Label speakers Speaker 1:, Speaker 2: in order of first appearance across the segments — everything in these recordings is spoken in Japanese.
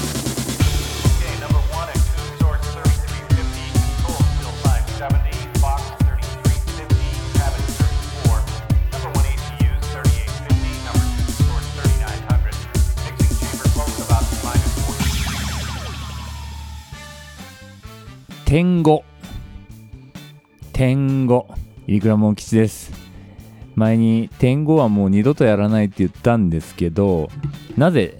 Speaker 1: Okay, number one at Coon Source 3350, Control Still 570, Fox 3350, Cabin 34, number one ACU 3850, number two Source 3900, mixing chamber close about minus 40.
Speaker 2: 天狗天狗イリクラモン吉です前に天狗はもう二度とやらないって言ったんですけどなぜ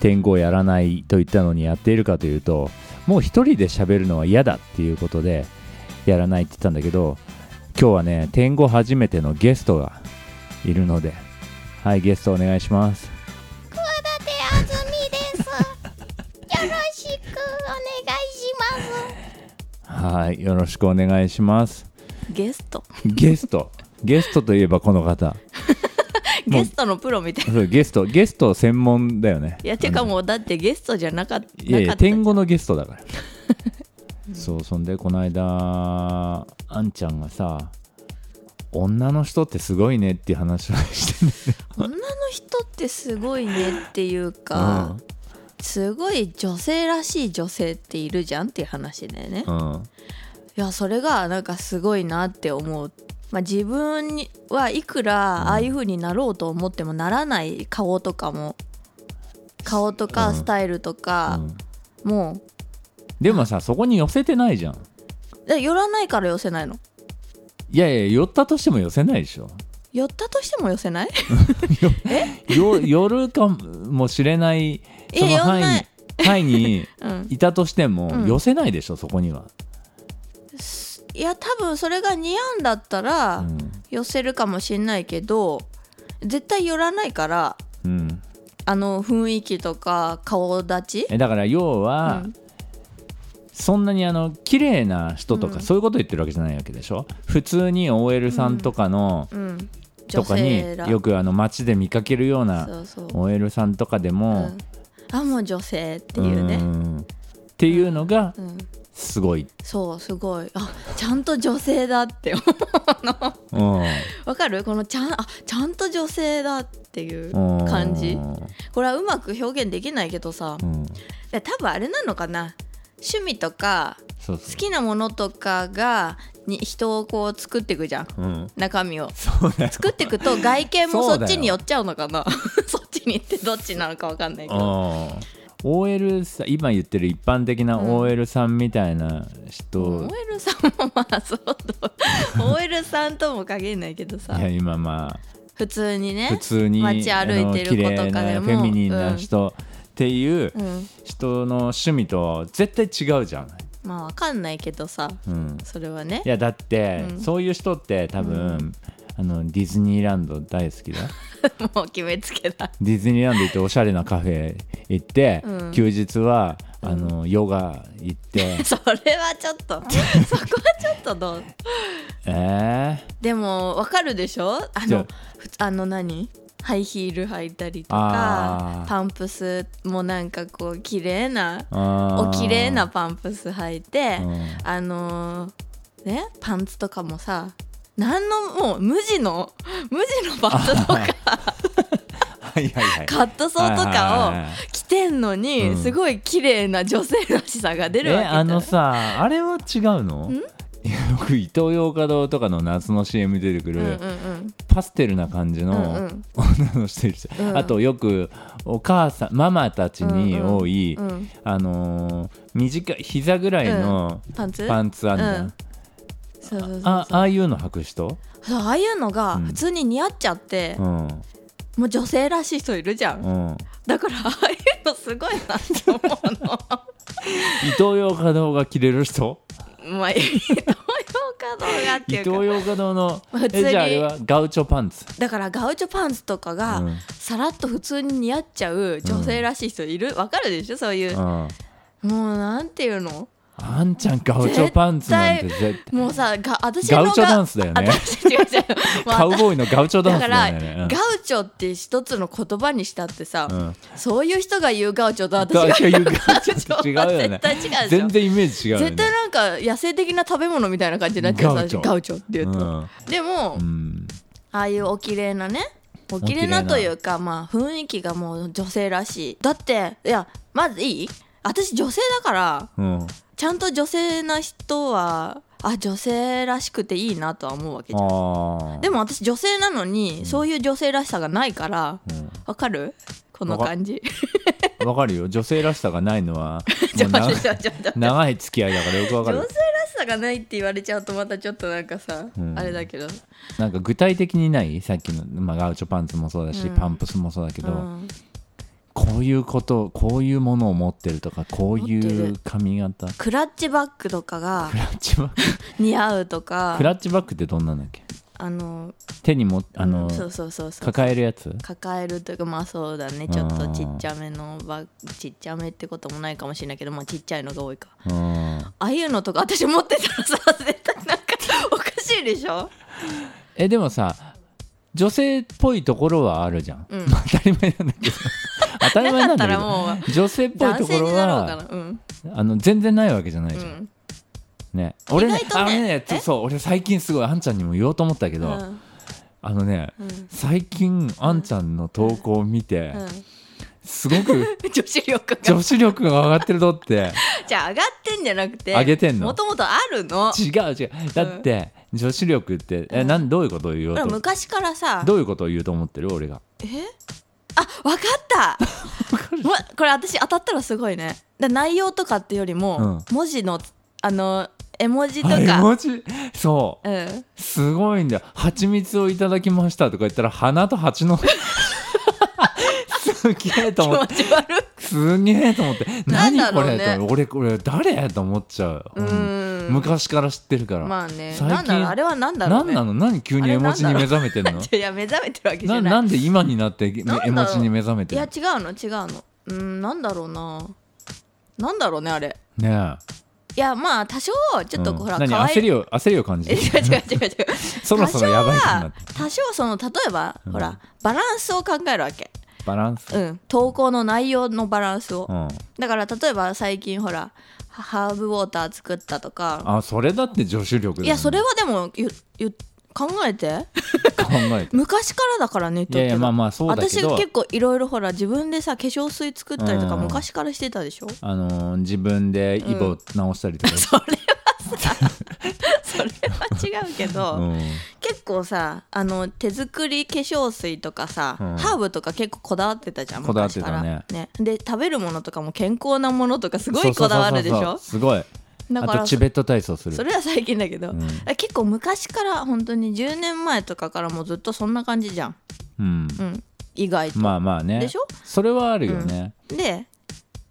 Speaker 2: 天狗をやらないと言ったのにやっているかというともう一人で喋るのは嫌だっていうことでやらないって言ったんだけど今日はね天狗初めてのゲストがいるのではいゲストお願いします
Speaker 3: 桑田手あずみです。よろしくお願いします。
Speaker 2: はいよろしくお願いします
Speaker 4: ゲスト
Speaker 2: ゲストゲストといえばこの方もう
Speaker 4: ゲストのプ ロみたい
Speaker 2: そうゲストゲスト専門だよね
Speaker 4: いやてかもうだってゲストじゃなかっ
Speaker 2: あのいやいや
Speaker 4: なかった
Speaker 2: 天狗のゲストだからそうそんでこの間あんちゃんがさ女の人ってすごいねっていう話をして ね
Speaker 4: 女の人ってすごいねっていうか、すごい女性らしい女性っているじゃんっていう話だよね、
Speaker 2: う
Speaker 4: い
Speaker 2: ん、うん
Speaker 4: やそれがなんかすごいなって思う、まあ、自分にはいくらああいう風になろうと思ってもならない顔とかも顔と
Speaker 2: う
Speaker 4: か
Speaker 2: ん
Speaker 4: スタイルとか、
Speaker 2: うん
Speaker 4: もう
Speaker 2: でもさそこに寄せてないじゃん
Speaker 4: え寄らないから寄せないの
Speaker 2: いやいや寄ったとしても寄せないでしょ
Speaker 4: 寄ったとしても寄 せない
Speaker 2: よ 寄るかもしれない
Speaker 4: え
Speaker 2: その範囲
Speaker 4: 寄んな
Speaker 2: に
Speaker 4: い
Speaker 2: 範囲 に
Speaker 4: うん
Speaker 2: いたとしても、
Speaker 4: うん
Speaker 2: 寄せないでしょそこには、
Speaker 4: いや多分それが似合うんだった
Speaker 2: う
Speaker 4: ら
Speaker 2: ん
Speaker 4: 寄せるかもしんないけど絶対寄らないから
Speaker 2: うん、
Speaker 4: あの雰囲気とか顔立ち
Speaker 2: えだから要は、
Speaker 4: うん
Speaker 2: そんなにあの綺麗な人とか、
Speaker 4: うん
Speaker 2: そういうこと言ってるわけじゃないわけでしょ普通に OL さんとかの、
Speaker 4: うん
Speaker 2: と
Speaker 4: 女
Speaker 2: かに
Speaker 4: 性ら
Speaker 2: よくあの街で見かけるよう
Speaker 4: そ
Speaker 2: な
Speaker 4: うそう、
Speaker 2: OL さんとかで
Speaker 4: う
Speaker 2: も、
Speaker 4: ん、あもう女性ってい
Speaker 2: う
Speaker 4: うね
Speaker 2: んっていうのが
Speaker 4: うん、
Speaker 2: すごい、
Speaker 4: そうすごいあちゃんと女性だって 思うの
Speaker 2: うん
Speaker 4: わかるこのちゃんあちゃんと女性だっていう感じこれはうまく表現できないけどさ
Speaker 2: うん
Speaker 4: で多分あれなのかな趣味とか
Speaker 2: そう
Speaker 4: 好
Speaker 2: そ
Speaker 4: きなものとかがに人をこう作っていくじゃん
Speaker 2: う、うん、
Speaker 4: 中身を
Speaker 2: そうだよ
Speaker 4: 作っていくと外見も
Speaker 2: そ
Speaker 4: そう
Speaker 2: だよ
Speaker 4: っちに寄っちゃうのかな そっちに行ってどっちなのか分かんないけど、
Speaker 2: うん OL さん今言ってる一般的な OL さんみたいな人、
Speaker 4: OL さんもまあ そうだ OL さんとも限らないけどさ
Speaker 2: いや今まあ
Speaker 4: 普通にね
Speaker 2: 普通に
Speaker 4: 街歩いてる子と
Speaker 2: あ
Speaker 4: かで
Speaker 2: の綺麗な
Speaker 4: も
Speaker 2: フェミニンな人っていう
Speaker 4: うん、うん
Speaker 2: 人の趣味と絶対違うじゃない、
Speaker 4: まあ分かんないけどさ
Speaker 2: うん、
Speaker 4: それはね
Speaker 2: いやだって、
Speaker 4: うん
Speaker 2: そういう人って多分、あのディズニーランド大好きだ
Speaker 4: もう決めつけだ
Speaker 2: ディズニーランド行っておしゃれなカフェ行って、
Speaker 4: うん
Speaker 2: 休日はあのヨガ行 って、
Speaker 4: それはちょっとそこはちょっとどう
Speaker 2: えー、
Speaker 4: でもわかるでしょあ
Speaker 2: じゃあ
Speaker 4: のふつあの何ハイヒール履いたりと
Speaker 2: あ
Speaker 4: か
Speaker 2: ー
Speaker 4: パンプスもなんかこう綺麗な
Speaker 2: あ
Speaker 4: お
Speaker 2: ー
Speaker 4: 綺麗なパンプス履いて
Speaker 2: うん
Speaker 4: あのーねパンツとかもさ何のもう無地の 無地のパンツとか
Speaker 2: はいはいはい
Speaker 4: カットソーと
Speaker 2: はいはいはい
Speaker 4: か
Speaker 2: はい
Speaker 4: を着てんの
Speaker 2: う
Speaker 4: に
Speaker 2: ん
Speaker 4: すごい綺麗な女性らしさが出るわ
Speaker 2: え
Speaker 4: けだ
Speaker 2: あのさあれは違うのいや僕イトーヨーカドーとかの夏の CM 出てく
Speaker 4: うんうん
Speaker 2: る
Speaker 4: うん
Speaker 2: パステルな感じ
Speaker 4: うんう
Speaker 2: の
Speaker 4: ん
Speaker 2: 女の人いるじゃん
Speaker 4: うん
Speaker 2: あとよくお母さんママたちに多い、
Speaker 4: うん
Speaker 2: あのー短い膝ぐらいの
Speaker 4: パンツ
Speaker 2: パンツあんじゃん、
Speaker 4: うんそうそうそうそう
Speaker 2: あああいうの履く人、
Speaker 4: そうああいうのが
Speaker 2: うん
Speaker 4: 普通に似合っちゃって、
Speaker 2: うん
Speaker 4: もう女性らしい人いるじゃん、
Speaker 2: うん、
Speaker 4: だからああいうのすごいなって 思う
Speaker 2: イトーヨーカドーが着れる人
Speaker 4: のまあ伊東洋華堂がっ
Speaker 2: イ
Speaker 4: ていう
Speaker 2: トー
Speaker 4: か
Speaker 2: ヨーカドーの
Speaker 4: 普通
Speaker 2: え
Speaker 4: に
Speaker 2: じゃああれはガウチョパンツ
Speaker 4: だからガウチョパンツとかが、
Speaker 2: うん
Speaker 4: さらっと普通に似合っちゃう女性らしい人いるわ、かるでしょそういう
Speaker 2: う、ん
Speaker 4: もうなんていうの
Speaker 2: あんちゃんガウチョパンツなんて絶対
Speaker 4: もうさが私の
Speaker 2: ガウチョダンスだよね
Speaker 4: が 私違う違うもう
Speaker 2: カウボーイのガウチョダン
Speaker 4: だ
Speaker 2: スだ
Speaker 4: から、
Speaker 2: よね。
Speaker 4: ガウチョって一つの言葉にしたってさ、
Speaker 2: うん
Speaker 4: そういう人が言うガウチョと私
Speaker 2: ガウ
Speaker 4: が
Speaker 2: チ
Speaker 4: 言
Speaker 2: ョ言
Speaker 4: う
Speaker 2: うガウ チョと違うよね
Speaker 4: 絶。対違うでしょ
Speaker 2: 全然イメージ違うよね。
Speaker 4: 絶対なんか野生的な食べ物みたいな感じになっちゃう
Speaker 2: ガウチョ
Speaker 4: 最初ガウチョって言うと、でも、
Speaker 2: うん。
Speaker 4: ああいうお綺麗なねお綺麗なというかまあ雰囲気がもう女性らしいだっていやまずいい私女性だから
Speaker 2: うん
Speaker 4: ちゃんと女性な人はあ女性らしくていいなとは思うわけじゃん
Speaker 2: ああ
Speaker 4: でも私女性なのにそういう女性らしさがないからわかるこの
Speaker 2: わか
Speaker 4: 感じ
Speaker 2: うん、わかるよ女性らしさがないのは
Speaker 4: ち
Speaker 2: も
Speaker 4: ょ
Speaker 2: う長い
Speaker 4: ちょちょちょちょ
Speaker 2: 長い付き合いだからよくわか
Speaker 4: 女
Speaker 2: る
Speaker 4: 性らしさがないって言われちゃうとまたちょっとなんかさ、
Speaker 2: うん
Speaker 4: あれだけど、
Speaker 2: なんか具体的にないさっきの、まあ、ガウチョパンツもそうだし、
Speaker 4: うん
Speaker 2: パンプスもそうだけ
Speaker 4: う
Speaker 2: ど、
Speaker 4: ん、
Speaker 2: こういうことこういうものを持ってるとかこうい
Speaker 4: 持って
Speaker 2: う
Speaker 4: る
Speaker 2: 髪型ク
Speaker 4: クラッチバッグとかが
Speaker 2: ラッチバッグ
Speaker 4: 似合うとか
Speaker 2: クラッチバッグってどんなんだっけ
Speaker 4: あの
Speaker 2: 手にもあの、
Speaker 4: そうそうそうそう
Speaker 2: 抱えるやつ
Speaker 4: 抱えるというかまあそうだねちょっとちっちゃめのバッグちっちゃめってこともないかもしれないけどまあちっちゃいのが多いか
Speaker 2: うん
Speaker 4: ああいうのとか私持ってたらさ 絶対なんかおかしいでしょ
Speaker 2: えでもさ女性っぽいところはあるじゃん、
Speaker 4: うん
Speaker 2: 当たり前なんだけど当たり前
Speaker 4: なか
Speaker 2: な
Speaker 4: っ
Speaker 2: ん
Speaker 4: た
Speaker 2: だけ
Speaker 4: ら
Speaker 2: ど
Speaker 4: もう
Speaker 2: 女性っぽいと
Speaker 4: 男
Speaker 2: こ
Speaker 4: 性
Speaker 2: ろ
Speaker 4: になろう
Speaker 2: は
Speaker 4: かなうん
Speaker 2: あの全然ないわけじゃないうじゃん、
Speaker 4: ん
Speaker 2: ね俺ね
Speaker 4: 意外とね
Speaker 2: あのねそうそう俺最近すごいあんちゃんにも言おうと思ったけ
Speaker 4: う
Speaker 2: ど、
Speaker 4: ん
Speaker 2: あのね、
Speaker 4: うん
Speaker 2: 最近あんちゃんの投稿を見て、
Speaker 4: う
Speaker 2: すご く
Speaker 4: ん女子力が
Speaker 2: 女子力が上がってるぞって
Speaker 4: じゃあ上がってんじゃなくて
Speaker 2: 上げてんの
Speaker 4: もともと あるの
Speaker 2: 違う違うだって、女子力ってえなんどういうことを言おう
Speaker 4: ほら
Speaker 2: と
Speaker 4: 昔からさ
Speaker 2: どういうことを言うと思ってる俺が
Speaker 4: えあわか ったわこれ私当たったらすごいねだ内容とかってよりも、文字のあの絵文字と
Speaker 2: あ絵
Speaker 4: か、
Speaker 2: 文字そう
Speaker 4: うん、
Speaker 2: すごいんだよ蜂蜜をいただきましたとか言ったら花と蜂 のすげえと
Speaker 4: 気
Speaker 2: 思っ
Speaker 4: 持
Speaker 2: て
Speaker 4: ち悪い
Speaker 2: すげえと思って
Speaker 4: なん
Speaker 2: 何
Speaker 4: だ
Speaker 2: こ
Speaker 4: ろ
Speaker 2: れ、
Speaker 4: うね
Speaker 2: と俺これ誰と思っちゃう、
Speaker 4: うーん
Speaker 2: 昔から知ってるから、
Speaker 4: まあね
Speaker 2: 最近
Speaker 4: なんだろうあれはなんだろう
Speaker 2: 何
Speaker 4: ね
Speaker 2: なの何急に絵文字に目覚めてん の
Speaker 4: いや目覚めてるわけじ
Speaker 2: な
Speaker 4: ゃない
Speaker 2: なんで今になって
Speaker 4: なんだろう
Speaker 2: 絵文字に目覚めて
Speaker 4: いや違
Speaker 2: る
Speaker 4: うの違うのうんなんだろうななんだろうねあれ
Speaker 2: ね
Speaker 4: いやまあ多少ち
Speaker 2: え
Speaker 4: ょっと
Speaker 2: うん
Speaker 4: ほら、
Speaker 2: 何
Speaker 4: 可愛
Speaker 2: 焦
Speaker 4: い
Speaker 2: りを焦りを感じ
Speaker 4: え違
Speaker 2: る
Speaker 4: う違う違う違う
Speaker 2: そろそろやばい
Speaker 4: 多
Speaker 2: 人に
Speaker 4: 少
Speaker 2: な
Speaker 4: は
Speaker 2: って
Speaker 4: 多少その例えば、
Speaker 2: うん
Speaker 4: ほらバランスを考えるわけ
Speaker 2: バランス、
Speaker 4: うん投稿の内容のバランスを、
Speaker 2: うん、
Speaker 4: だから例えば最近ほらハハーブウォーター作ったとか
Speaker 2: あそれだって女子力だ、ね、
Speaker 4: いやそれはでもゆゆ考 えて
Speaker 2: 考えて
Speaker 4: 昔からだからね
Speaker 2: いやいやまあまあそうだけ
Speaker 4: 私
Speaker 2: ど
Speaker 4: 結構いろいろほら自分でさ化粧水作ったりとか
Speaker 2: うん
Speaker 4: 昔からしてた でしょ、
Speaker 2: あのー自分でイボ直したりとか、
Speaker 4: それはさそれは違うけど、
Speaker 2: うん
Speaker 4: 結構さあの手作り化粧水とかさ、
Speaker 2: うん
Speaker 4: ハーブとか結構こだわってたじゃん
Speaker 2: こだわってたね
Speaker 4: 昔からで食べるものとかも健康なものとかすご
Speaker 2: そう
Speaker 4: い
Speaker 2: そうそうそう
Speaker 4: こだわるでしょ
Speaker 2: すごい
Speaker 4: だ
Speaker 2: あ
Speaker 4: から
Speaker 2: とチベット体操する
Speaker 4: それは最近だけど、
Speaker 2: うん
Speaker 4: 結構昔から本当に10年前とかからもうずっとそんな感じじゃん、
Speaker 2: うん
Speaker 4: うん、意外と、
Speaker 2: まあまあね
Speaker 4: でしょ
Speaker 2: それはあるよね、
Speaker 4: で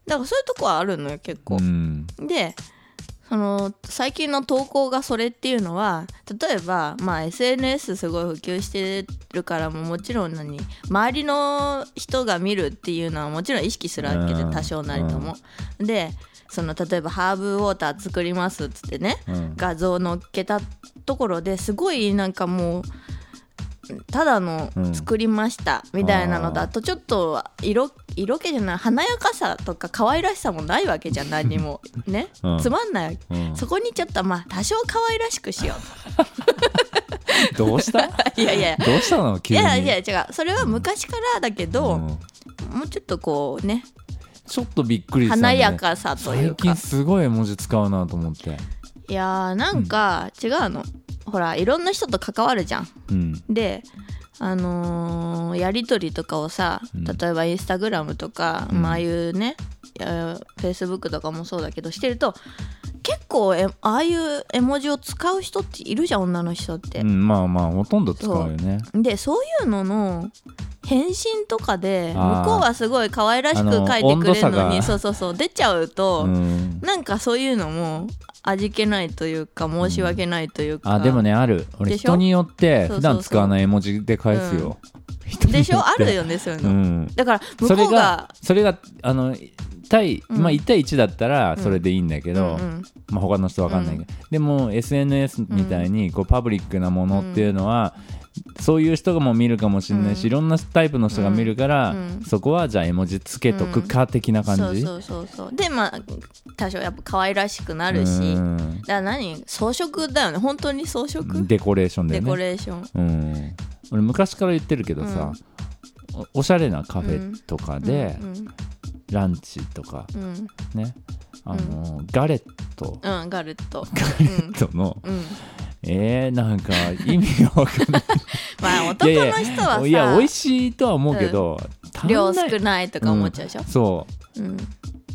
Speaker 4: だからそういうとこはあるのよ結
Speaker 2: う
Speaker 4: 構、
Speaker 2: ん
Speaker 4: でその最近の投稿がそれっていうのは例えば、まあ、SNS すごい普及してるからもうもちろん何周りの人が見るっていうのはもちろん意識するわけで
Speaker 2: うん
Speaker 4: 多少なりとも。でその例えばハーブウォーター作りますっつってね、
Speaker 2: うん
Speaker 4: 画像載っけたところですごいなんかもうただの
Speaker 2: うん
Speaker 4: 作りましたみたいなのだとちょっと色色気じゃない華やかさとか可愛らしさもないわけじゃん何にもね、
Speaker 2: うん
Speaker 4: つまんないわけ、
Speaker 2: うん
Speaker 4: そこにちょっとまあ多少可愛らしくしよ
Speaker 2: どうした
Speaker 4: ういやいやい
Speaker 2: どうしたの急に
Speaker 4: やいや違うそれは昔からだけど、
Speaker 2: うん
Speaker 4: もうちょっとこうね
Speaker 2: ちょっとびっくりしたんだ
Speaker 4: 華
Speaker 2: よね
Speaker 4: やかさという
Speaker 2: 最
Speaker 4: か
Speaker 2: 近すごい絵文字使うなと思って
Speaker 4: いやーなんか違うの、ほらいろんな人と関わるじゃん
Speaker 2: うん
Speaker 4: であのーやり取りとかをさ
Speaker 2: うん
Speaker 4: 例えばインスタグラムとか、
Speaker 2: うん
Speaker 4: まあああいうねフェイスブックとかもそうだけどしてると結構えああいう絵文字を使う人っているじゃん女の人って
Speaker 2: う、んまあまあほとんど使うよね
Speaker 4: でそういうのの返信とかで向
Speaker 2: あー
Speaker 4: こうはすごい可愛らしく書いてくれる
Speaker 2: あの
Speaker 4: の
Speaker 2: 温度差
Speaker 4: に
Speaker 2: が
Speaker 4: そうそうそう出ちゃうと、
Speaker 2: うん
Speaker 4: なんかそういうのも味気ないというか申し訳ないというか、
Speaker 2: あでもねある俺
Speaker 4: でしょ
Speaker 2: 人によって普
Speaker 4: そうそうそ
Speaker 2: 段
Speaker 4: う
Speaker 2: 使わない絵文字で返すよ、人によ
Speaker 4: で
Speaker 2: って
Speaker 4: しょあるよねそういう
Speaker 2: う
Speaker 4: の、
Speaker 2: ん
Speaker 4: だから向
Speaker 2: それ
Speaker 4: こう
Speaker 2: が
Speaker 4: が
Speaker 2: それがあの対、
Speaker 4: うん
Speaker 2: まあ、1対1だったらそれでいいんだけど、
Speaker 4: うんうん
Speaker 2: まあ、他の人わかんないけど、でも SNS みたいにこうパブリックなものっていうのは、そういう人がもう見るかもしれないし、
Speaker 4: うん
Speaker 2: いろんなタイプの人が見るから、
Speaker 4: うん
Speaker 2: そこはじゃあ絵文字つけとくか的な感じ、
Speaker 4: そうそうそうそうでまあ多少やっぱ可愛らしくなるしだ
Speaker 2: うん
Speaker 4: から何装飾だよね本当に装飾
Speaker 2: デコレーションだ
Speaker 4: デ
Speaker 2: よ
Speaker 4: コ
Speaker 2: ね
Speaker 4: レーション
Speaker 2: うん、俺昔から言ってるけどさ、おおしゃれなカフェとかで、
Speaker 4: うん
Speaker 2: ランチとか
Speaker 4: うん
Speaker 2: ねあの、ガレット
Speaker 4: うん、うん、ガルット
Speaker 2: との、
Speaker 4: うん、うん、
Speaker 2: えー、なんか意味がわか んない
Speaker 4: まあ男の人はさ
Speaker 2: いや美味しいとは思うけど、足ん
Speaker 4: 量
Speaker 2: ない
Speaker 4: 少ないとか思っちゃうでしょ
Speaker 2: ん、そ
Speaker 4: うん
Speaker 2: う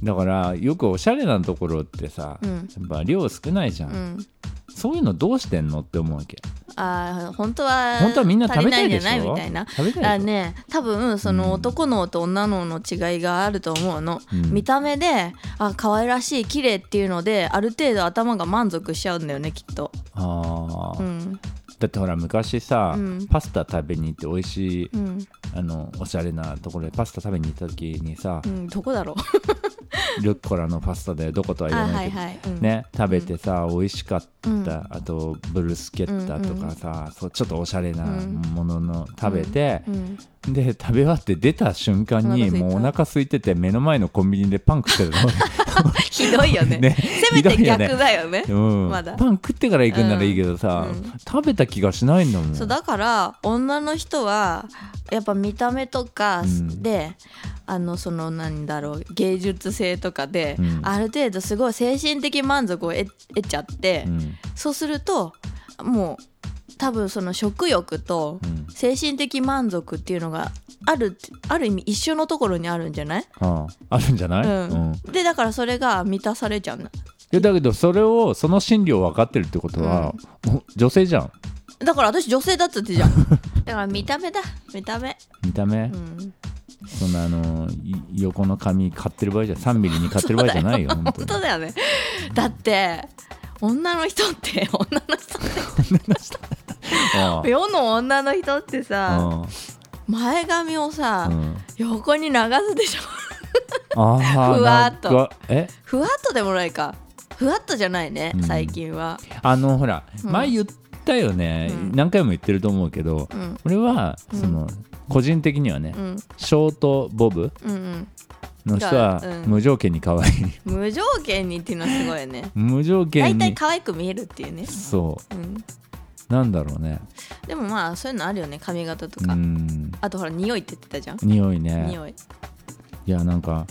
Speaker 2: だからよくおしゃれなところってさ、
Speaker 4: うん
Speaker 2: やっぱ量少ないじゃん、
Speaker 4: うん
Speaker 2: そういうのどうしてんのって思うわけ
Speaker 4: あー本当は
Speaker 2: 本当はみんな食べたいでしょ
Speaker 4: 足りないんじゃないみたいな
Speaker 2: 食べたいでしょ
Speaker 4: あね多分その男のと女のの違いがあると思うの、
Speaker 2: うん
Speaker 4: 見た目であ可愛らしい綺麗っていうのである程度頭が満足しちゃうんだよねきっと
Speaker 2: あー、
Speaker 4: うん
Speaker 2: だってほら昔さ、
Speaker 4: うん
Speaker 2: パスタ食べに行って美味しい、
Speaker 4: うん、
Speaker 2: あのおしゃれなところでパスタ食べに行った時にさ
Speaker 4: う、ん、どこだろ
Speaker 2: ルッコラのパスタでどことは
Speaker 4: う
Speaker 2: 言
Speaker 4: あ
Speaker 2: わな
Speaker 4: はい
Speaker 2: いけど、
Speaker 4: はい、うん、
Speaker 2: ね、食べてさ、美味しかった、
Speaker 4: うん
Speaker 2: あとブルスケッタとかさ、そうちょっとおしゃれな
Speaker 4: うん
Speaker 2: ものの食べて
Speaker 4: う、ん、
Speaker 2: で食べ終わって出た瞬間にもう
Speaker 4: お腹空いた
Speaker 2: お腹空いてて目の前のコンビニでパン食ってる
Speaker 4: ひどいよ ね
Speaker 2: ね
Speaker 4: せめて
Speaker 2: ひどいよね
Speaker 4: 逆だよね
Speaker 2: の、うん
Speaker 4: まだ
Speaker 2: パン食ってから行くんならいいけどさ、
Speaker 4: うんうん
Speaker 2: 食べた気がしないんだもん
Speaker 4: そうだから女の人はやっぱ見た目とか
Speaker 2: うん
Speaker 4: で、あのそのなんだろう芸術性とかで、
Speaker 2: うん
Speaker 4: ある程度すごい精神的満足を得得ちゃって、
Speaker 2: うん
Speaker 4: そうするともう多分その食欲と
Speaker 2: うん
Speaker 4: 精神的満足っていうのがあるある意味一緒のところにあるんじゃない、
Speaker 2: あああるんじゃない、
Speaker 4: うん
Speaker 2: い
Speaker 4: でだからそれが満たされちゃうんだ
Speaker 2: やだけどそれをその心理を分かってるってことは、お女性じゃん
Speaker 4: だから私女性だっつってじゃん だから見た目だ見た目
Speaker 2: 見た目、
Speaker 4: うん
Speaker 2: そんなあのい横の髪買ってる場合じゃ3ミリに買ってる場合じゃないよ本当
Speaker 4: 本
Speaker 2: に
Speaker 4: 当だよねだって女の人って女の人っ
Speaker 2: あ
Speaker 4: て世の女の人って
Speaker 2: あ
Speaker 4: さ
Speaker 2: あ
Speaker 4: 前髪をさ、
Speaker 2: あうん
Speaker 4: 横に流すでしょ
Speaker 2: あー
Speaker 4: ふわっと
Speaker 2: なんかえ
Speaker 4: ふわっとでもないかふわっとじゃないね、
Speaker 2: うん
Speaker 4: 最近は
Speaker 2: あのほら、
Speaker 4: うん
Speaker 2: 前言ったよね、
Speaker 4: うん
Speaker 2: 何回も言ってると思うけど、
Speaker 4: うん
Speaker 2: 俺は
Speaker 4: うん
Speaker 2: その、個人的にはね、
Speaker 4: うん
Speaker 2: ショートボブ
Speaker 4: うんうん
Speaker 2: の人は
Speaker 4: がうん
Speaker 2: 無条件に可愛い
Speaker 4: 無条件にっていうのはすごいね
Speaker 2: 無条
Speaker 4: 大
Speaker 2: 件
Speaker 4: 体
Speaker 2: に
Speaker 4: 可愛く見えるっていうね、
Speaker 2: そ
Speaker 4: うん、
Speaker 2: うなんだろうね
Speaker 4: でもまあそういうのあるよね髪型と
Speaker 2: う
Speaker 4: か、
Speaker 2: ん
Speaker 4: あとほら匂いって言ってたじゃん、
Speaker 2: 匂いね
Speaker 4: 匂い
Speaker 2: いやなんか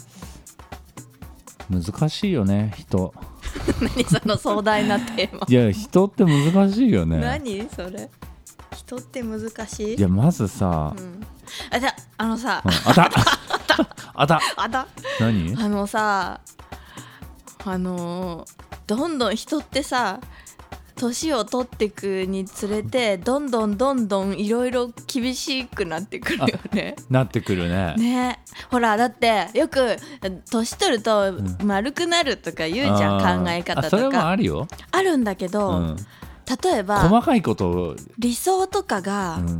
Speaker 2: 難しいよね人
Speaker 4: 何その壮大なテーマ
Speaker 2: いや人って難しいよね
Speaker 4: 何それ人って難しい
Speaker 2: いやまずさ、
Speaker 4: う
Speaker 2: うん
Speaker 4: んあじゃあのさ、
Speaker 2: あたあた
Speaker 4: あだ
Speaker 2: 何
Speaker 4: あのさあのーどんどん人ってさ年を取ってくにつれてどんどんどんどんいろいろ厳しくなってくるよね。
Speaker 2: なってくるね
Speaker 4: ねほらだってよく年取ると丸くなるとか言うじゃん、
Speaker 2: あー
Speaker 4: 考え
Speaker 2: あ
Speaker 4: 方
Speaker 2: それ
Speaker 4: と
Speaker 2: も
Speaker 4: かあ
Speaker 2: あるよ、
Speaker 4: るんだけ
Speaker 2: う
Speaker 4: ど、
Speaker 2: ん、
Speaker 4: 例えば
Speaker 2: 細かいことを、
Speaker 4: 理想とかが、
Speaker 2: うん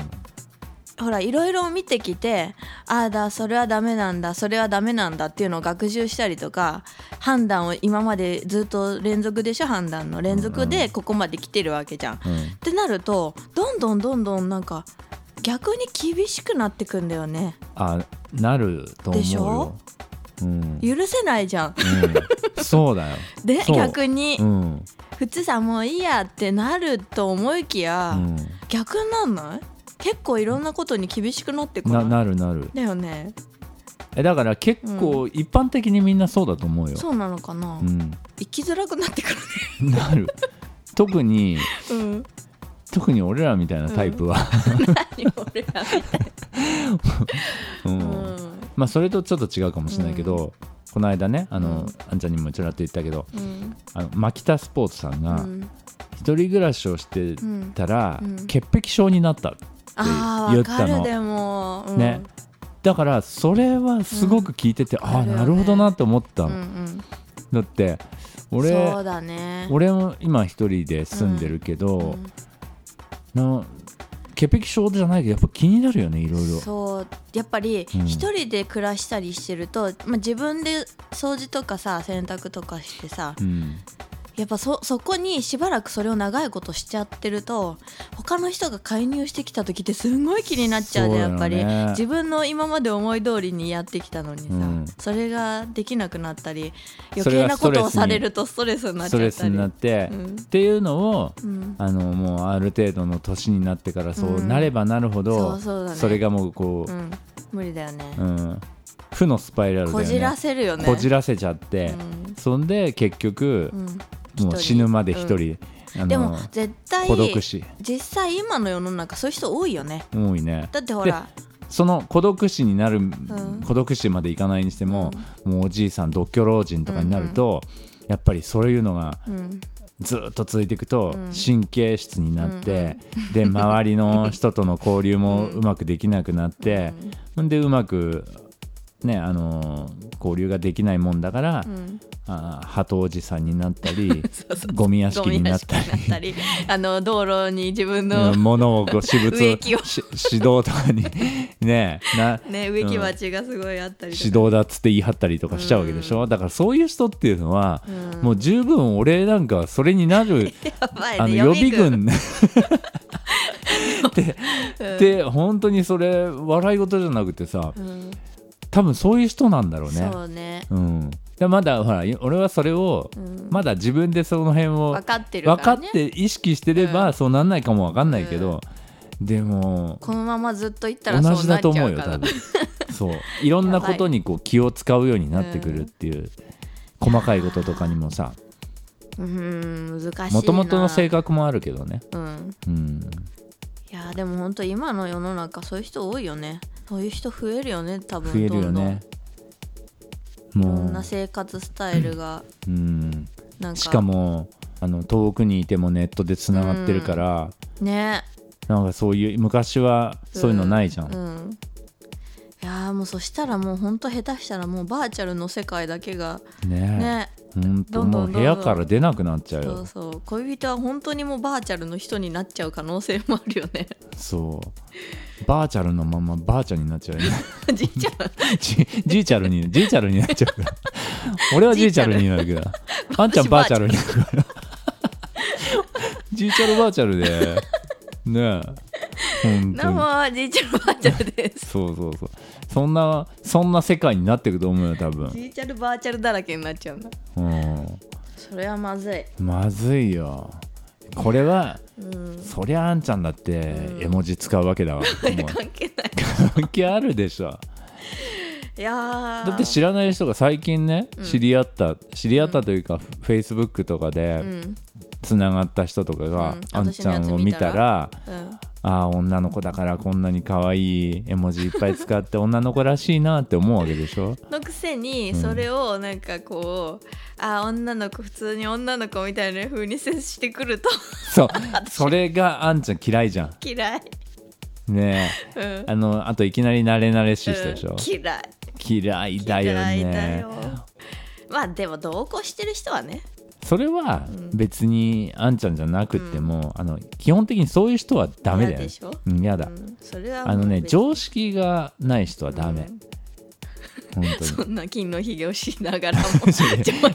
Speaker 4: ほらいろいろ見てきてああだそれはダメなんだそれはダメなんだっていうのを学習したりとか判断を今までずっと連続でしょ判断の連続
Speaker 2: うんう
Speaker 4: でここまで来てるわけじゃん。っ
Speaker 2: うん、
Speaker 4: てなるとどんどんどんどんなんか逆に厳しくなってくんだよね
Speaker 2: あなると思うよ
Speaker 4: でしょ
Speaker 2: うん、
Speaker 4: 許せないじゃん。
Speaker 2: うん、 そうだよ、
Speaker 4: で
Speaker 2: そう
Speaker 4: 逆に、
Speaker 2: うん
Speaker 4: 普通さもういいやってなると思いきや、
Speaker 2: う
Speaker 4: 逆になんない結構いろんなことに厳しくなってこ
Speaker 2: ん、
Speaker 4: な
Speaker 2: ないなるなる
Speaker 4: だよね
Speaker 2: えだから結構一般的にみんなそうだと思うよ、
Speaker 4: そうなのかな、
Speaker 2: うん、
Speaker 4: 生きづらくなってくるね
Speaker 2: なる特に
Speaker 4: うん
Speaker 2: 特に俺らみたいなタイプは、
Speaker 4: 俺らみたい
Speaker 2: うん
Speaker 4: な、
Speaker 2: まあ、それとちょっと違うかもしれないけど、この間ねあの、
Speaker 4: うん
Speaker 2: あんちゃんにもちらっと言ったけど
Speaker 4: うん
Speaker 2: あのマキタスポーツさん
Speaker 4: う
Speaker 2: が
Speaker 4: ん、
Speaker 2: 一人暮らしをしてたら、
Speaker 4: うん
Speaker 2: 潔癖症になったって
Speaker 4: あー
Speaker 2: 言
Speaker 4: わ
Speaker 2: った
Speaker 4: かる
Speaker 2: の。
Speaker 4: でも、うん、
Speaker 2: ねだからそれはすごく聞いてて、ああ
Speaker 4: あるよね
Speaker 2: なるほどなって思った
Speaker 4: う
Speaker 2: の、
Speaker 4: んうん、
Speaker 2: だって
Speaker 4: そう
Speaker 2: 俺
Speaker 4: だね
Speaker 2: 俺も今一人で住んでるけど、
Speaker 4: うん
Speaker 2: な潔癖症じゃないけどやっぱ気になるよねいろいろ
Speaker 4: そうやっぱり
Speaker 2: うん
Speaker 4: 一人で暮らしたりしてると、まあ、自分で掃除とかさ洗濯とかしてさ
Speaker 2: うん
Speaker 4: やっぱそそこにしばらくそれを長いことしちゃってると他の人が介入してきた時ってすごい気になっちゃう
Speaker 2: そう
Speaker 4: ね
Speaker 2: だ
Speaker 4: や
Speaker 2: よね
Speaker 4: っぱり自分の今まで思い通りにやってきたのにさ、
Speaker 2: うん
Speaker 4: それができなくなったり
Speaker 2: そ
Speaker 4: 余
Speaker 2: れ
Speaker 4: 計
Speaker 2: が
Speaker 4: な
Speaker 2: スト
Speaker 4: こ
Speaker 2: レスに
Speaker 4: とをされるとストレスになっ
Speaker 2: ス
Speaker 4: ち
Speaker 2: ト
Speaker 4: ゃ
Speaker 2: レ
Speaker 4: っ
Speaker 2: ス
Speaker 4: た
Speaker 2: に
Speaker 4: り
Speaker 2: なって、
Speaker 4: うん
Speaker 2: っていうのを
Speaker 4: うん
Speaker 2: あのもうある程度の年になってからそうなればなるほど、
Speaker 4: うんそうそうだね
Speaker 2: れがもうこ
Speaker 4: うん無理だよね
Speaker 2: う、うん負のスパイラルだよね
Speaker 4: こじらせるよね
Speaker 2: こじらせちゃって、
Speaker 4: うん
Speaker 2: そんで結局、
Speaker 4: うん
Speaker 2: もう死ぬまで一人、あの
Speaker 4: でも絶対
Speaker 2: 孤独死
Speaker 4: 実際今の世の中そういう人多いよね
Speaker 2: 多いね
Speaker 4: だってほら
Speaker 2: その孤独死になる、
Speaker 4: ん
Speaker 2: 孤独死までいかないにしても、もうおじいさん独居老人とかになると、やっぱりそういうのが
Speaker 4: うん
Speaker 2: ずっと続いていくと神経質になって、で周りの人との交流も うまくできなくなって、ん、でうまく、ねあのー交流ができないもんだから、あー鳩おじさんになった りゴミ屋敷
Speaker 4: ゴミ
Speaker 2: にな
Speaker 4: 屋
Speaker 2: っ
Speaker 4: 敷
Speaker 2: たり
Speaker 4: になったりあの道路に自分の、
Speaker 2: うん物をこう私物
Speaker 4: 植木を
Speaker 2: し指導とか にねな
Speaker 4: ね植木鉢がすごいあったりとか、
Speaker 2: 指導だっつって言い張ったりとかしちゃうわけでしょ、だからそういう人っていうのは、もう十分俺なんかはそれになる
Speaker 4: や ばいね
Speaker 2: あの予備軍でで本当にそれ笑い事じゃなくてさ、
Speaker 4: ん
Speaker 2: 多分そういう人なんだろうね。
Speaker 4: そうね
Speaker 2: うん、でまだほら俺はそれを、まだ自分でその辺を
Speaker 4: 分かってるから
Speaker 2: 分
Speaker 4: ね
Speaker 2: かって意識してれば、そうなんないかも分かんないけど、でも
Speaker 4: このままずっと行ったら
Speaker 2: 同
Speaker 4: そう
Speaker 2: じだ
Speaker 4: なっちゃ
Speaker 2: と
Speaker 4: うから
Speaker 2: 思うよ多 分そういろんなことにこう気を使うようになってくるっていう、細かいこととかにもさ
Speaker 4: うーん難しいな
Speaker 2: もともとの性格もあるけどね、
Speaker 4: うん
Speaker 2: うん、
Speaker 4: いやーでも本当今の世の中そういう人多いよねそういう人増えるよね多分
Speaker 2: 増えるよね
Speaker 4: どんどんい
Speaker 2: も
Speaker 4: ろんな
Speaker 2: う、
Speaker 4: 生活スタイルが
Speaker 2: うん、
Speaker 4: なんか
Speaker 2: しかもあの遠くにいてもネットでつながってるから、
Speaker 4: ね
Speaker 2: なんかそういう昔はそういうのないじゃん、
Speaker 4: うんいやーもうそしたらもう本当下手したらもうバーチャルの世界だけが
Speaker 2: ね
Speaker 4: ね
Speaker 2: えほんと
Speaker 4: どんど
Speaker 2: も
Speaker 4: ん
Speaker 2: う部
Speaker 4: どんどん
Speaker 2: 屋から出なくなっちゃう
Speaker 4: そう
Speaker 2: よ
Speaker 4: そう恋人は本当にもうバーチャルの人になっちゃう可能性もあるよ ね
Speaker 2: そうバーチャルのままバーチャルになっちゃうよね
Speaker 4: じいちゃん
Speaker 2: じじいちゃるにじいちゃるになっちゃうから俺はじいちゃるになるけどあんちゃんバーチャルになるからじいちゃるバーチャルでねえ本
Speaker 4: ど
Speaker 2: 当
Speaker 4: う
Speaker 2: に
Speaker 4: もじいちゃんバーチャルです
Speaker 2: そうそうそうそんなそんな世界になっていくと思うよ多分、
Speaker 4: じいちゃんバーチャルだらけになっちゃうんだ
Speaker 2: うん、
Speaker 4: それはまずい
Speaker 2: まずいよこれは、そりゃあんちゃんだって絵文字使うわけ だわ、もう
Speaker 4: 関係 ない
Speaker 2: 関係あるでしょ
Speaker 4: いやー
Speaker 2: だって知らない人が最近ね、知り合った知り合ったというか、フェイスブックとかで
Speaker 4: うん
Speaker 2: つながった人とかが、
Speaker 4: うん
Speaker 2: あんちゃんを見たら
Speaker 4: うん
Speaker 2: ああ女の子だからこんなに可愛い絵文字いっぱい使って女の子らしいなって思うわけでし ょ
Speaker 4: のくせにそれをなんかこう、あー女の子普通に女の子みたいな風に接してくると
Speaker 2: そうそれがあんちゃん嫌いじゃ
Speaker 4: 嫌い、
Speaker 2: んね
Speaker 4: うん
Speaker 2: えあのあといきなり慣れ慣れしい人でしょ
Speaker 4: うん、嫌い
Speaker 2: 嫌いだよ
Speaker 4: 嫌いだ
Speaker 2: ね
Speaker 4: よまあでも同行してる人はね
Speaker 2: それは別にあんちゃんじゃなくっても、あの基本的にそういう人はダメだよ
Speaker 4: 嫌でしょ
Speaker 2: うん嫌だ、
Speaker 4: うんそれはもう
Speaker 2: あのね
Speaker 4: 別に
Speaker 2: 常識がない人はダメ、本当に
Speaker 4: そんな金のひげをしな がらも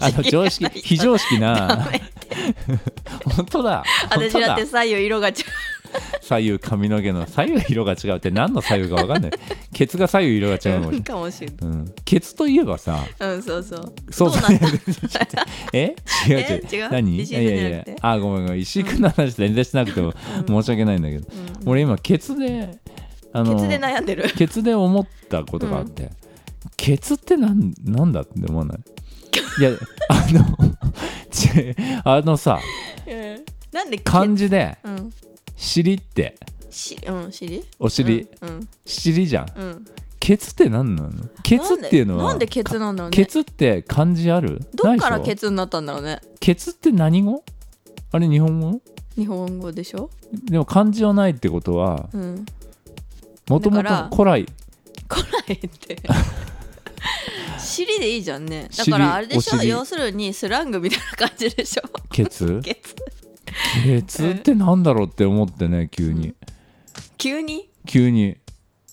Speaker 2: あの常
Speaker 4: 常識
Speaker 2: 識
Speaker 4: がない
Speaker 2: 非常識
Speaker 4: ダ
Speaker 2: な
Speaker 4: メ
Speaker 2: 本当だ本
Speaker 4: 私
Speaker 2: 当
Speaker 4: だっ
Speaker 2: だ
Speaker 4: て左右色が違う
Speaker 2: 左右髪の毛の左右色が違うって何の左右か分 かんないケツが左右色が違うのも
Speaker 4: かもしれない。
Speaker 2: うん、ケツといえばさ
Speaker 4: うん、そうそう。
Speaker 2: そう
Speaker 4: ど
Speaker 2: そう
Speaker 4: なった
Speaker 2: え違う違う
Speaker 4: え違う
Speaker 2: 何
Speaker 4: 石井君
Speaker 2: いやい
Speaker 4: じゃ
Speaker 2: や
Speaker 4: なくて
Speaker 2: いやあごめんごめん石井君の話全然しなくても申し訳ないんだけど、 俺今ケツであの
Speaker 4: ケツで悩んでる。
Speaker 2: ケツで思ったことがあって、ケツってなんなんだって思わないいやあの ちあのさ
Speaker 4: うんなんでケ
Speaker 2: 漢字で
Speaker 4: うん。
Speaker 2: 「尻」って
Speaker 4: し、うん、尻
Speaker 2: お尻、。
Speaker 4: うん。
Speaker 2: 尻じゃん
Speaker 4: うんうん。
Speaker 2: ケツって何なのケツっていうのは
Speaker 4: なんでなんでケツなんだろうね
Speaker 2: ケツって漢字ある
Speaker 4: どっから
Speaker 2: ない
Speaker 4: ケ
Speaker 2: でし
Speaker 4: ツになったんだろうね。
Speaker 2: ょケツって何語あれ日本語
Speaker 4: 日本語でしょ
Speaker 2: でも漢字はないってことは
Speaker 4: うん。
Speaker 2: もともと
Speaker 4: だから
Speaker 2: 古来
Speaker 4: 来な いって。尻でいいじゃんね。だ
Speaker 2: 尻
Speaker 4: からあれでし
Speaker 2: お
Speaker 4: ょ
Speaker 2: 尻
Speaker 4: 要するにスラングみたいな感じ でしょ
Speaker 2: ケ ツ
Speaker 4: ケツ。
Speaker 2: ケツってなんだろうって思ってね急に、
Speaker 4: 急に
Speaker 2: 急に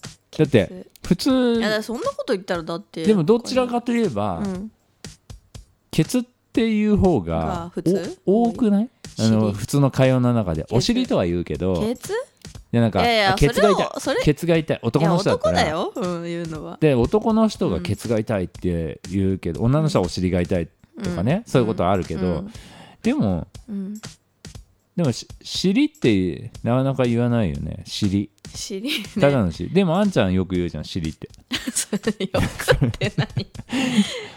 Speaker 2: だっ
Speaker 4: ケ
Speaker 2: て普通
Speaker 4: いや、だからそんなこと言ったらだって。
Speaker 2: でもどちらかといえば、
Speaker 4: うん。
Speaker 2: ケツっっていう方
Speaker 4: が
Speaker 2: が
Speaker 4: 普通
Speaker 2: お多くないあの
Speaker 4: 尻
Speaker 2: 普通の会話の中で
Speaker 4: ツ
Speaker 2: お尻とは言うけど
Speaker 4: ケツ
Speaker 2: いやなんか
Speaker 4: いやいや
Speaker 2: ケツが痛い
Speaker 4: それをそれ
Speaker 2: ケツが痛い
Speaker 4: い
Speaker 2: 男
Speaker 4: や
Speaker 2: の人だった
Speaker 4: 男
Speaker 2: ら
Speaker 4: だよ、うん、言うのは
Speaker 2: で男の人がケツが痛いって言うけど、女の人はお尻が痛いとかね、そういうことはあるけど、
Speaker 4: うん
Speaker 2: でも
Speaker 4: うん
Speaker 2: でもし尻ってなかなか言わないよね尻
Speaker 4: 尻ね
Speaker 2: ただの尻、でもあんちゃんよく言うじゃん尻って
Speaker 4: それよくって 何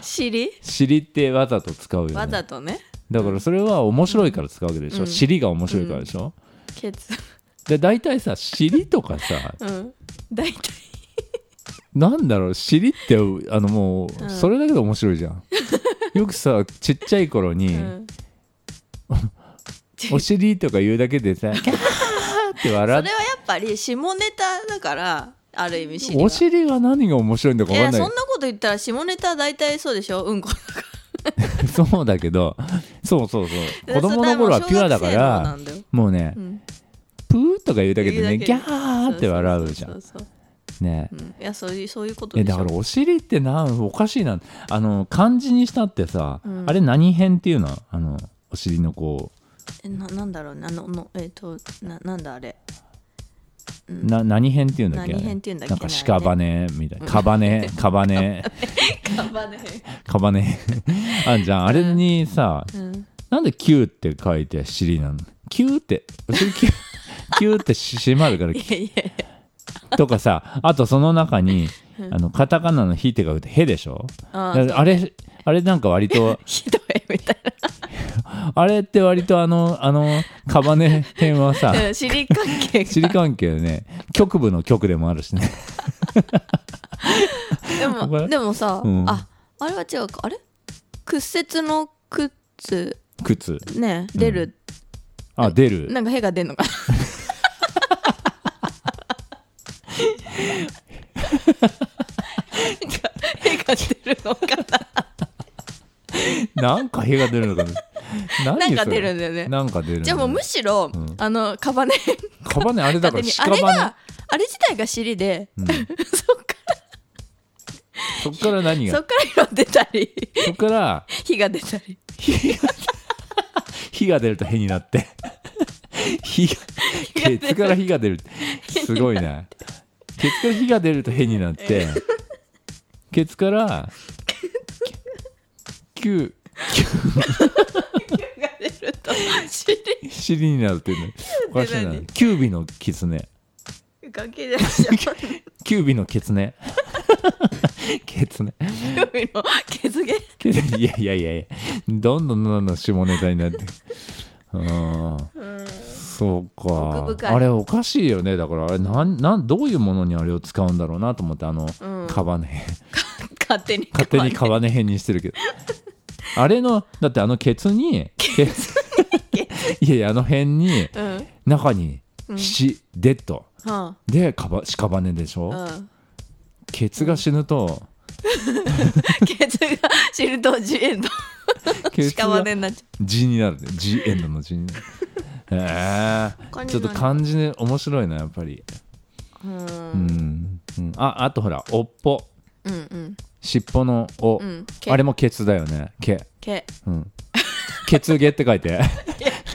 Speaker 4: 尻
Speaker 2: 尻ってわざと使うよね
Speaker 4: わざとね
Speaker 2: だからそれは面白いから使うわけでしょ、
Speaker 4: うん
Speaker 2: 尻が面白いからでしょ、
Speaker 4: ケツ
Speaker 2: で大体さ尻とかさ
Speaker 4: うん大体
Speaker 2: なんだろう尻ってあのもう、
Speaker 4: うん
Speaker 2: それだけで面白いじゃんよくさちっちゃい頃に、
Speaker 4: うん
Speaker 2: お尻とか言うだけで さ「キャー!」って
Speaker 4: それは
Speaker 2: 笑っ
Speaker 4: やっぱり下ネタだからある意味
Speaker 2: て
Speaker 4: 尻は
Speaker 2: お尻が何が面白いんだか
Speaker 4: い
Speaker 2: 分かん
Speaker 4: やそ
Speaker 2: な
Speaker 4: んないこと言ったら下ネタ大体そうでしょうんこ
Speaker 2: そうだけどそうそうそう子供の頃はピュアだか
Speaker 4: それはもう小学生のな
Speaker 2: ら
Speaker 4: んだよ
Speaker 2: もうね
Speaker 4: うん
Speaker 2: 「プー」とか言うだけで
Speaker 4: 言
Speaker 2: ね「
Speaker 4: うだけ
Speaker 2: ギャー!」って笑うじゃ
Speaker 4: そ
Speaker 2: ん
Speaker 4: そそう
Speaker 2: ね
Speaker 4: そううんいやそういうそういうこと
Speaker 2: え
Speaker 4: でし
Speaker 2: だ
Speaker 4: ょ
Speaker 2: からお尻ってなんおかしいなあの漢字にしたってさ
Speaker 4: うん
Speaker 2: あれ何編っていうのあのお尻のこ
Speaker 4: えななんだろうねあののえっ、とななんだあれ
Speaker 2: うな何編っていうんだっけ
Speaker 4: 何編っていうんだっけ
Speaker 2: なんか屍みたいな 屍屍
Speaker 4: 頑張 れ
Speaker 2: 屍 あんじゃんあれにさ
Speaker 4: うん
Speaker 2: なんで「キューって書いて尻なの「キューってお尻キュー キューって閉まるから
Speaker 4: いやいやいや
Speaker 2: とかさあとその中にあのカタカナの「ヒ」って書くと「ヘ」でしょ
Speaker 4: あ
Speaker 2: だからあれあれなんか割 と
Speaker 4: ひどいみたい
Speaker 2: あれって割とあのあのカバネ編はさ
Speaker 4: なうん尻関係が
Speaker 2: 尻関係でね局部の局でもあるしね
Speaker 4: で
Speaker 2: これ
Speaker 4: もでもさ、
Speaker 2: うん
Speaker 4: ああれは違うかあれ屈折の靴
Speaker 2: 靴
Speaker 4: ね出る、
Speaker 2: あ出る
Speaker 4: なんか屁が出んのかななんか屁が出るのか
Speaker 2: なんか屁が出るのかな
Speaker 4: なな
Speaker 2: 何
Speaker 4: ん
Speaker 2: そ
Speaker 4: か
Speaker 2: れ
Speaker 4: 出るんだよね
Speaker 2: なんか出る
Speaker 4: じゃあもうむしろ、
Speaker 2: うん
Speaker 4: あのカバネ
Speaker 2: カバネあれだから
Speaker 4: 勝手に
Speaker 2: シ
Speaker 4: あ
Speaker 2: カ
Speaker 4: れ
Speaker 2: バネ
Speaker 4: があれ自体が尻で、
Speaker 2: うん
Speaker 4: そっか
Speaker 2: そっから何
Speaker 4: ら
Speaker 2: が
Speaker 4: そっから色出たり
Speaker 2: そっから
Speaker 4: 火が出たり
Speaker 2: 火が出ると屁になって火がケツから火が出るすごいねケツから火が出ると屁になってケツからキュキュ
Speaker 4: 火が出ると尻
Speaker 2: 尻になるっていうのおかしいな
Speaker 4: 何
Speaker 2: キュービのキツネ
Speaker 4: 関係ないじゃ ん
Speaker 2: キュービのケツ ネケツネ
Speaker 4: 海の毛づけ
Speaker 2: ケツネいやいやいやいやどんどんどんどん下ネタになってうんそう
Speaker 4: 奥
Speaker 2: か
Speaker 4: 深い
Speaker 2: あれおかしいよねだからあれなんなんどういうものにあれを使うんだろうなと思ってあの、
Speaker 4: うん
Speaker 2: カバネ
Speaker 4: 勝手に
Speaker 2: 勝手にカバネ編にしてるけどあれのだってあのケツにケツ いやいやあの辺に
Speaker 4: うんは
Speaker 2: 中に死、デッド
Speaker 4: あ
Speaker 2: でかば屍でしょ、
Speaker 4: うん
Speaker 2: ケツが死ぬと
Speaker 4: ケツが知るとジエンド
Speaker 2: ケツが
Speaker 4: 屍になっちゃ
Speaker 2: 字になるね G エンドの字に なるえ
Speaker 4: 他
Speaker 2: ー、
Speaker 4: に何
Speaker 2: ちょっと漢字ね面白いなやっぱり
Speaker 4: ううん
Speaker 2: うん、うん、ああとほらおっぽ
Speaker 4: うんうん
Speaker 2: 尻尾のお、
Speaker 4: うん毛
Speaker 2: あれもケツだよねケ
Speaker 4: 毛
Speaker 2: うんケツゲって書い て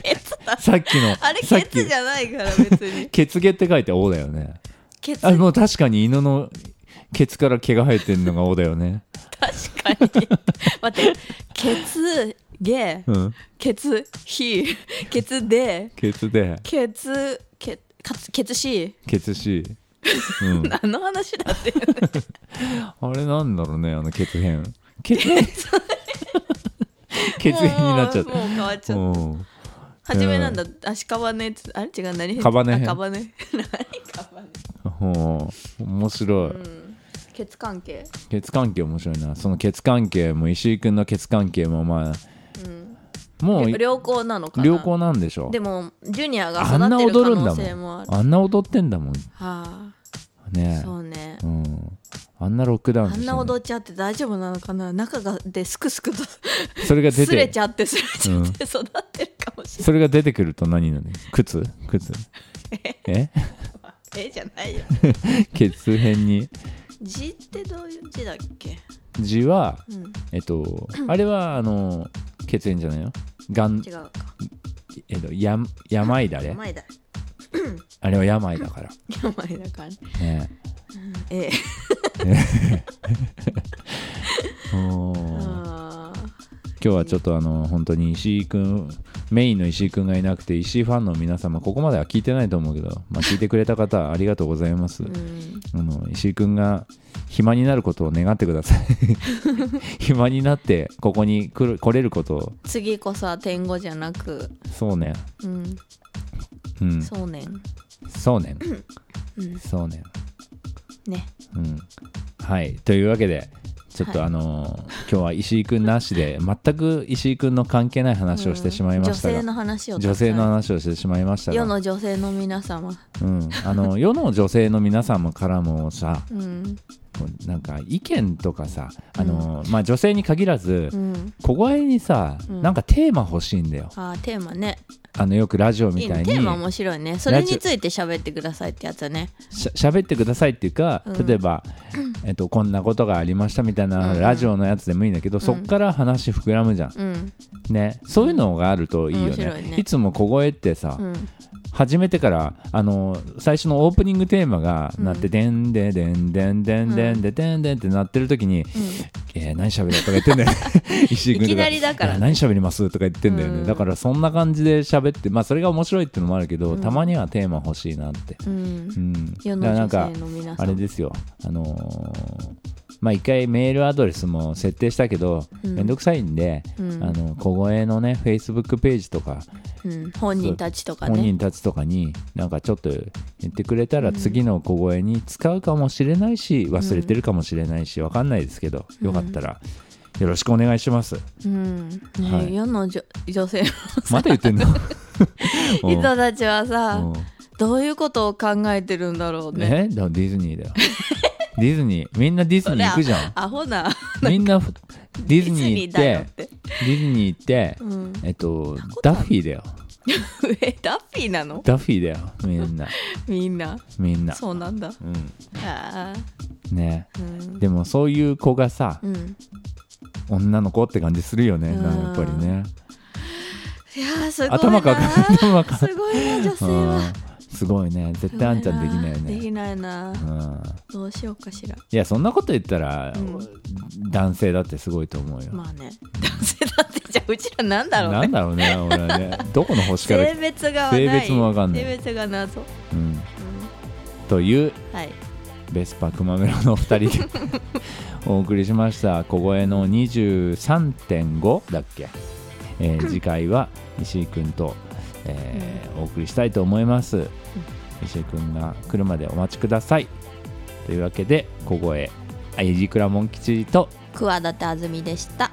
Speaker 4: ケツだ
Speaker 2: さっきの
Speaker 4: あれ
Speaker 2: さっ
Speaker 4: ケ
Speaker 2: き
Speaker 4: ツじゃないから別 に
Speaker 2: ケツゲって書いておだよね
Speaker 4: ケツ
Speaker 2: あ
Speaker 4: 確
Speaker 2: もう確かに犬のケツから毛が生えてるのがおだよね
Speaker 4: かに 待ってケツゲ
Speaker 2: うん
Speaker 4: ケツヒケツで
Speaker 2: ケツで
Speaker 4: ケツケかつケツシ
Speaker 2: ケツし、うん、
Speaker 4: 何の話 だって
Speaker 2: あれなんだろうねあの血 編血編 血編になっちゃっ
Speaker 4: もうもう変わっち
Speaker 2: た
Speaker 4: ゃっ
Speaker 2: うん
Speaker 4: た初めなんだ足かばねつあれ違う何
Speaker 2: 屍
Speaker 4: あかば ね何かばね
Speaker 2: うん面白い
Speaker 4: ケツ関係
Speaker 2: 血関係面白いなその血関係も石井君の血関係もまあもうい
Speaker 4: 良好なのかな
Speaker 2: 良好なんでしょ
Speaker 4: でもジュニアが
Speaker 2: あんな
Speaker 4: 育ってる
Speaker 2: 踊る
Speaker 4: 可
Speaker 2: んだ
Speaker 4: 能
Speaker 2: も
Speaker 4: 性もあ
Speaker 2: ん
Speaker 4: る
Speaker 2: あんな踊ってんだもん
Speaker 4: はあ
Speaker 2: ね
Speaker 4: そうね
Speaker 2: うんあんなロックダウン
Speaker 4: あ
Speaker 2: して
Speaker 4: ん
Speaker 2: ね
Speaker 4: な踊っちゃって大丈夫なのかな中がですくすくと
Speaker 2: それが出
Speaker 4: すれ
Speaker 2: て
Speaker 4: ちゃってすれちゃって育ってるかもしれ
Speaker 2: それが出てくると何なの靴 靴え
Speaker 4: ないえじゃないよ
Speaker 2: 血編に
Speaker 4: 字ってどういう字だっけ
Speaker 2: 字は
Speaker 4: うん
Speaker 2: えっと、あれはあの血縁じゃないのがん
Speaker 4: 違、うか
Speaker 2: えっと、や病だね
Speaker 4: 前だ
Speaker 2: あれは病だから
Speaker 4: 前だからね
Speaker 2: ね
Speaker 4: ええ
Speaker 2: うーん今
Speaker 4: あ
Speaker 2: 日はちょっとあの本当に石井君メインの石井君がいなくて石井ファンの皆様ここまでは聞いてないと思うけど、まあ、聞いてくれた方ありがとうございます、
Speaker 4: ーうん
Speaker 2: あの石井君が暇になることを願ってください 暇になってここに来る来れることを
Speaker 4: 次こそは天狗じゃなく
Speaker 2: そうね
Speaker 4: うん
Speaker 2: うんそ
Speaker 4: そうねん
Speaker 2: うね
Speaker 4: うん
Speaker 2: そうね
Speaker 4: ね
Speaker 2: うんはいというわけでちょっと
Speaker 4: は
Speaker 2: あのー今日は石井君なしで全く石井君の関係ない話をしてしまいました
Speaker 4: うん女
Speaker 2: が、
Speaker 4: 性の話を
Speaker 2: 女性の話をしてしまいました
Speaker 4: 世
Speaker 2: が
Speaker 4: の女性の皆様
Speaker 2: うん、あの世の女性の皆様からもさ
Speaker 4: うん
Speaker 2: こうなんか意見とかさあのー、まあ、女性に限らず、
Speaker 4: うん
Speaker 2: 小声にさ、
Speaker 4: うん
Speaker 2: なんかテーマ欲しいんだよ
Speaker 4: あーテーマね
Speaker 2: あのよくラジオみ
Speaker 4: いい
Speaker 2: た
Speaker 4: ね
Speaker 2: い
Speaker 4: テ
Speaker 2: に
Speaker 4: ーマ面白いねそれについて喋ってくださいってやつね
Speaker 2: しゃ喋ってくださいっていうか、
Speaker 4: うん
Speaker 2: 例えば、えっと、こんなことがありましたみたいな
Speaker 4: うん
Speaker 2: ラジオのやつでもいいんだけど、そっから話膨らむじゃん、
Speaker 4: うん
Speaker 2: ねそういうのがあるといいよ
Speaker 4: 面
Speaker 2: ね,、
Speaker 4: 白い
Speaker 2: い
Speaker 4: ね
Speaker 2: つも小声ってさ、
Speaker 4: うん
Speaker 2: 始めてからあの最初のオープニングテーマがなって、でんでんでんでんでんでんでんでんでんってなってる時に、えー何喋るとか言ってんだよ ね石井君と
Speaker 4: いきなりだからね
Speaker 2: いや何喋りますとか言ってんだよね、
Speaker 4: うん
Speaker 2: だからそんな感じで喋ってまあそれが面白いってのもあるけど、たまにはテーマ欲しいなって、
Speaker 4: うん
Speaker 2: うん、
Speaker 4: 世
Speaker 2: だ
Speaker 4: の
Speaker 2: からな
Speaker 4: 女
Speaker 2: んか
Speaker 4: 性の皆
Speaker 2: あ
Speaker 4: 様
Speaker 2: れですよあのーまあ一回メールアドレスも設定したけど、
Speaker 4: うん
Speaker 2: めんどくさいんで、
Speaker 4: うん
Speaker 2: あの小声のねフェイスブックページとか
Speaker 4: うん本人たちとか
Speaker 2: 本
Speaker 4: ね
Speaker 2: 人たちとかになんかちょっと言ってくれたら次の小声に使うかもしれないし忘れてるかもしれないしわかんないですけどよかったらよろしくお願いし ます、
Speaker 4: うんね
Speaker 2: はい
Speaker 4: 世の女女性
Speaker 2: また言ってん の
Speaker 4: の人たちはさ
Speaker 2: うん
Speaker 4: どういうことを考えてるんだろうね
Speaker 2: えだからディズニー だよディズニーみんなディズニー行くじゃん
Speaker 4: アホな
Speaker 2: みんなふ ディズニー行っ
Speaker 4: だよ
Speaker 2: て
Speaker 4: って
Speaker 2: ディズニー行って、
Speaker 4: うん
Speaker 2: えっとダッフィーだよ
Speaker 4: えダッフィーなの
Speaker 2: ダッフィーだよみんな
Speaker 4: みんな
Speaker 2: みんな
Speaker 4: そうなんだ
Speaker 2: う
Speaker 4: あ
Speaker 2: んね
Speaker 4: ーうん
Speaker 2: でもそういう子がさ、
Speaker 4: うん
Speaker 2: 女の子って感じするよね、
Speaker 4: うん
Speaker 2: なやっぱりね
Speaker 4: いやーすごいな
Speaker 2: 頭か頭か
Speaker 4: すごいな女性は
Speaker 2: うんすごいね絶対あんちゃんできないよ
Speaker 4: で
Speaker 2: ね
Speaker 4: きないな
Speaker 2: うん
Speaker 4: どうしようかしら
Speaker 2: いやそんなこと言ったら、
Speaker 4: う
Speaker 2: 男性だってすごいと思うよ、
Speaker 4: まあね男性だってじゃあうちらなんだろう
Speaker 2: なん
Speaker 4: ね
Speaker 2: だろうね俺はねどこの星から来
Speaker 4: 性
Speaker 2: た、
Speaker 4: 別がない
Speaker 2: 性別もわかんない
Speaker 4: 性別が謎うん
Speaker 2: うん、という
Speaker 4: はい
Speaker 2: ベスパ熊メロの2人でお送りしました小声の23.5だっけ、えー次回は石井君と、えーお送りしたいと思います石井君が来るまでお待ちくださいというわけで小声あいじくらもん吉と
Speaker 4: 桑舘あずみでした